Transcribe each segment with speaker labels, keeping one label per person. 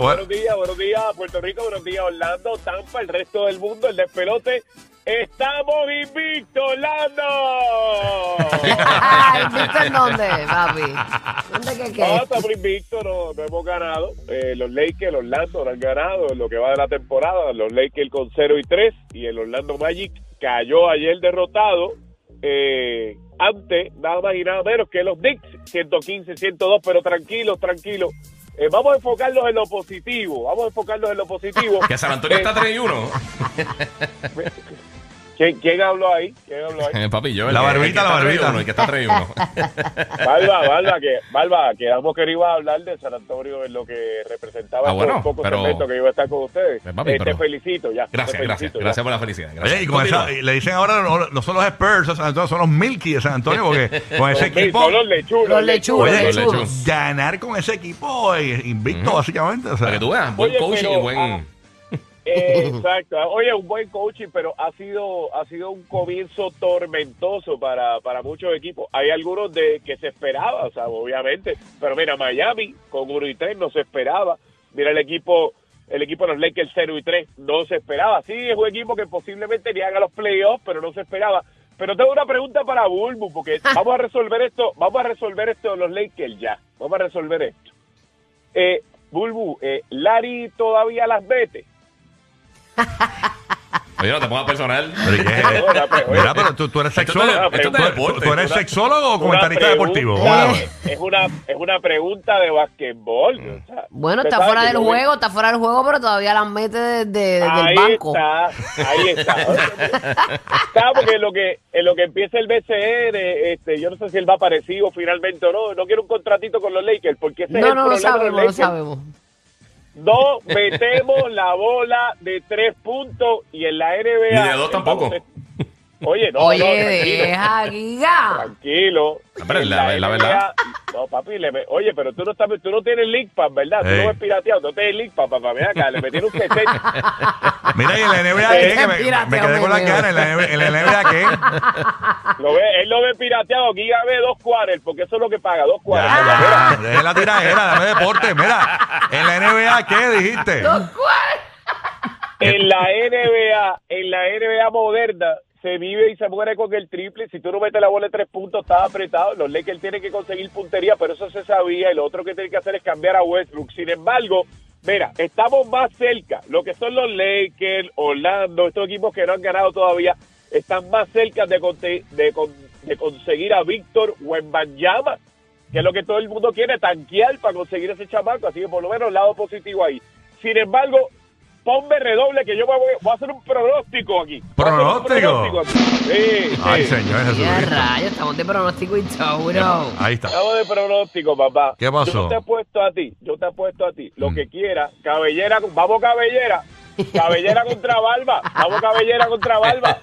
Speaker 1: buenos días, buenos días Puerto Rico, buenos días Orlando, Tampa, el resto del mundo, el despelote. ¡Estamos invictos, Orlando!
Speaker 2: ¿Invicto en dónde, papi? ¿Dónde que qué?
Speaker 1: No, Ah, estamos invictos, no, no hemos ganado. Eh, los Lakers, el Orlando no han ganado en lo que va de la temporada. Los Lakers con 0 y 3 y el Orlando Magic cayó ayer derrotado eh, ante nada más y nada menos que los Knicks, 115-102, pero tranquilos, tranquilos. Eh, vamos a enfocarnos en lo positivo, vamos a enfocarnos en lo positivo.
Speaker 3: Que San Antonio
Speaker 1: Eh,
Speaker 3: está 3 y 1.
Speaker 1: ¿quién, quién habló ahí? ¿Quién habló ahí?
Speaker 3: Eh, papi, yo. el
Speaker 4: La
Speaker 3: que- el
Speaker 4: barbita,
Speaker 3: que está
Speaker 4: la barbita.
Speaker 3: 3 y 1, El que está 3 y 1.
Speaker 1: Barba, Barba, que, Barba, quedamos que no iba a hablar de San Antonio en lo que representaba
Speaker 3: Ah,
Speaker 1: estos
Speaker 3: bueno,
Speaker 1: pocos
Speaker 3: pero-
Speaker 1: segmentos que iba a estar con ustedes.
Speaker 3: Pues, papi,
Speaker 1: Eh, Te
Speaker 3: pero-
Speaker 1: felicito ya. te
Speaker 3: Gracias, gracias.
Speaker 1: felicito ya.
Speaker 3: Gracias por la felicidad. gracias.
Speaker 4: Oye, y con
Speaker 3: Continúa.
Speaker 4: eso, y le dicen ahora, no, no son los Spurs de San Antonio, son los Milky de San Antonio, porque con ese
Speaker 1: Son mil,
Speaker 4: equipo,
Speaker 1: son los lechuros.
Speaker 2: Los lechuros,
Speaker 4: Oye,
Speaker 2: los
Speaker 3: lechuros.
Speaker 2: lechuros.
Speaker 4: ganar con ese equipo eh, invicto, básicamente. O sea,
Speaker 3: Para que tú veas, buen
Speaker 1: Oye,
Speaker 3: coaching
Speaker 1: pero,
Speaker 3: y buen.
Speaker 1: ah, Eh, Exacto. Oye, un buen coaching, pero ha sido ha sido un comienzo tormentoso para, para muchos equipos. Hay algunos de que se esperaba, o sea, obviamente. Pero mira, Miami con 1 y 3 no se esperaba. Mira el equipo el equipo de los Lakers 0 y 3 no se esperaba. Sí, es un equipo que posiblemente ni haga los playoffs, pero no se esperaba. Pero tengo una pregunta para Bulbu, porque vamos a resolver esto, vamos a resolver esto de los Lakers ya. Vamos a resolver esto. Eh, Bulbu, eh, Larry todavía las vete.
Speaker 3: Oye, no te pongas personal.
Speaker 4: pero, ¿y qué es esto?
Speaker 1: Ahora, pues, oye,
Speaker 4: Mira, pero tú, tú eres
Speaker 3: Esto
Speaker 4: sexólogo.
Speaker 3: está- esto está
Speaker 4: tú-
Speaker 3: deporte.
Speaker 4: tú eres
Speaker 3: Una-
Speaker 4: sexólogo o
Speaker 1: una
Speaker 4: comentarista
Speaker 1: pregunta-
Speaker 4: deportivo.
Speaker 2: Wow.
Speaker 1: Es una, es una pregunta de basquetbol. o sea,
Speaker 2: Bueno,
Speaker 1: usted
Speaker 2: está
Speaker 1: sabe
Speaker 2: fuera
Speaker 1: que
Speaker 2: del
Speaker 1: yo-
Speaker 2: juego, está fuera del juego, pero todavía las mete de- de- del
Speaker 1: Ahí
Speaker 2: banco.
Speaker 1: está, ahí está. Está, porque en lo que, en lo que empieza el BCN, este, yo no sé si él va parecido finalmente o no. No quiero un contratito con los Lakers, porque ese es
Speaker 2: No,
Speaker 1: el
Speaker 2: no lo
Speaker 1: problema de los
Speaker 2: sabemos, lo
Speaker 1: Lakers.
Speaker 2: sabemos.
Speaker 1: No metemos la bola de tres puntos y en la NBA.
Speaker 3: Ni de dos tampoco.
Speaker 1: Oye, no, no,
Speaker 2: Oye,
Speaker 1: tranquilo.
Speaker 2: deja, guiga.
Speaker 1: Tranquilo.
Speaker 3: Ah, pero es la- es la verdad.
Speaker 1: No, papi, le me- oye, pero tú no, estás, tú no tienes League Pass, ¿verdad? Tú
Speaker 4: Ey.
Speaker 3: Eh.
Speaker 1: no ves pirateado, no tienes League Pass, papá. Mira acá, le metieron un 60.
Speaker 4: Mira, y en la NBA, ¿qué? Que me,
Speaker 2: Mírate,
Speaker 4: me quedé
Speaker 2: hombre,
Speaker 4: con las
Speaker 2: mío.
Speaker 4: ganas. En la, en la NBA, ¿qué?
Speaker 1: Lo ve, él lo ve pirateado, aquí ya ve dos cuadras, porque eso es lo que paga, dos cuadras.
Speaker 4: Ya, ya, deja la tiradera, dame deporte. Mira, en la NBA, ¿qué dijiste?
Speaker 1: En la NBA, en la NBA moderna, se vive y se muere con el triple. Si tú no metes la bola de tres puntos, estás apretado. Los Lakers tienen que conseguir puntería, pero eso se sabía. Y lo otro que tienen que hacer es cambiar a Westbrook. Sin embargo, mira, estamos más cerca. Lo que son los Lakers, Orlando, estos equipos que no han ganado todavía, están más cerca de, conte- de, con- de conseguir a Víctor Wembanyama, que es lo que todo el mundo quiere, tanquear para conseguir ese chamaco. Así que por lo menos lado positivo ahí. Sin embargo, ponme redoble que yo me voy, voy a hacer un pronóstico aquí. Voy a hacer un
Speaker 4: ¿Pronóstico?
Speaker 1: pronóstico aquí. Sí,
Speaker 4: Ay,
Speaker 1: sí.
Speaker 4: señor
Speaker 2: Ya
Speaker 4: Jesucristo.
Speaker 2: rayos, estamos de pronóstico y seguro.
Speaker 4: Ahí está.
Speaker 1: Estamos de pronóstico, papá.
Speaker 4: ¿Qué pasó? Mm.
Speaker 1: Yo te he puesto a ti, yo te he puesto a ti, lo que quiera, cabellera, con- vamos cabellera, cabellera contra barba, vamos cabellera contra barba.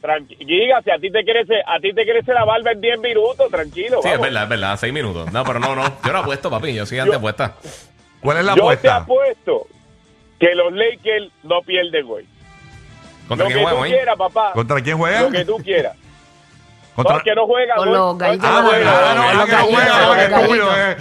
Speaker 1: Tranquila, si a ti te crece, a ti te crece la barba en 10 minutos, tranquilo.
Speaker 3: Sí, es
Speaker 1: vamos.
Speaker 3: verdad, es verdad. Seis minutos. No, pero no, no. Yo no apuesto, papi. Yo soy
Speaker 1: Yo-
Speaker 3: anteapuesta.
Speaker 4: ¿Cuál es la
Speaker 1: Yo te
Speaker 4: apuesta?
Speaker 1: apuesto que los Lakers no pierden hoy.
Speaker 3: ¿Contra
Speaker 1: lo
Speaker 3: quién
Speaker 1: que tú
Speaker 3: juegan hoy?
Speaker 1: quieras, papá.
Speaker 4: ¿Contra quién juegan?
Speaker 1: Lo que tú quieras. No,
Speaker 4: Contra...
Speaker 1: el que no juega.
Speaker 2: Con
Speaker 1: no,
Speaker 2: los
Speaker 1: no, el que
Speaker 2: gallitos
Speaker 4: Ah,
Speaker 1: no
Speaker 4: bueno,
Speaker 1: juega.
Speaker 4: ah, no, ah, que no
Speaker 2: Gallito,
Speaker 4: juega, que
Speaker 2: gallito.
Speaker 4: estúpido, eh.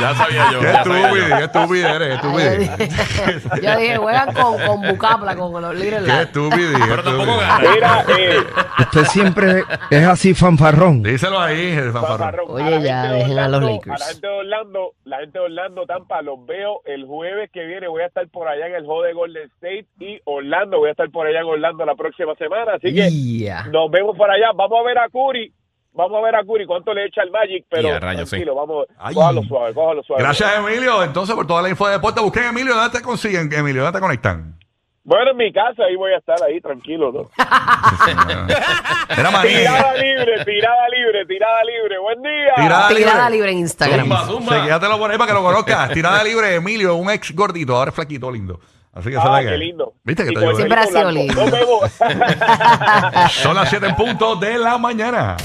Speaker 3: Ya sabía yo.
Speaker 4: Qué
Speaker 3: ya sabía
Speaker 4: estúpido,
Speaker 3: yo.
Speaker 4: qué estúpido eres, estúpido.
Speaker 2: Yo dije, juegan con, con Bucapla, con los líderes.
Speaker 4: Qué estúpido. qué
Speaker 3: Pero
Speaker 4: estúpido.
Speaker 3: tampoco gana.
Speaker 4: ah,
Speaker 1: Mira, eh,
Speaker 5: Usted siempre es así fanfarrón.
Speaker 4: Díselo ahí, el fanfarrón.
Speaker 1: Fanfarrón,
Speaker 2: Oye,
Speaker 1: a la gente
Speaker 2: ya,
Speaker 1: de
Speaker 2: dejen a los
Speaker 1: Orlando,
Speaker 2: Lakers.
Speaker 1: A la gente de Orlando, la gente de Orlando, Tampa, los veo el jueves que viene. Voy a estar por allá en el juego de Golden State y Orlando. Voy a estar por allá en Orlando la próxima semana. Así que
Speaker 5: Ya.
Speaker 1: nos vemos por allá. Vamos a ver a Curry. Vamos a ver a Curry cuánto le echa el Magic, pero
Speaker 3: Y a rayos, sí.
Speaker 1: tranquilo, vamos,
Speaker 4: Ay.
Speaker 1: cójalo suave, cójalo suave.
Speaker 4: Gracias, Emilio, entonces, por toda la info de deporte. Busquen a Emilio, ¿dónde te consiguen, Emilio? ¿Dónde te conectan?
Speaker 1: Bueno, en mi casa ahí voy a estar ahí, tranquilo, ¿no?
Speaker 4: Era María.
Speaker 1: Tirada libre, tirada libre, tirada libre. Buen día.
Speaker 4: Tirada
Speaker 2: Tirada
Speaker 4: libre.
Speaker 2: libre en Instagram.
Speaker 3: Zumba,
Speaker 4: Sí,
Speaker 3: zumba.
Speaker 4: quédatelo por ahí para que lo conozcas. Tirada libre, Emilio, un ex gordito, ahora es flaquito, lindo. Así que
Speaker 1: Ah,
Speaker 4: sabe
Speaker 1: qué
Speaker 4: que-
Speaker 1: lindo.
Speaker 4: Viste que
Speaker 1: Y
Speaker 4: te
Speaker 1: con el
Speaker 4: ayudé.
Speaker 2: Siempre ha sido
Speaker 1: pelito
Speaker 2: lindo.
Speaker 1: blanco. Nos vemos.
Speaker 4: Son las 7 en punto de la mañana.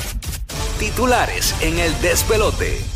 Speaker 6: Titulares en el despelote.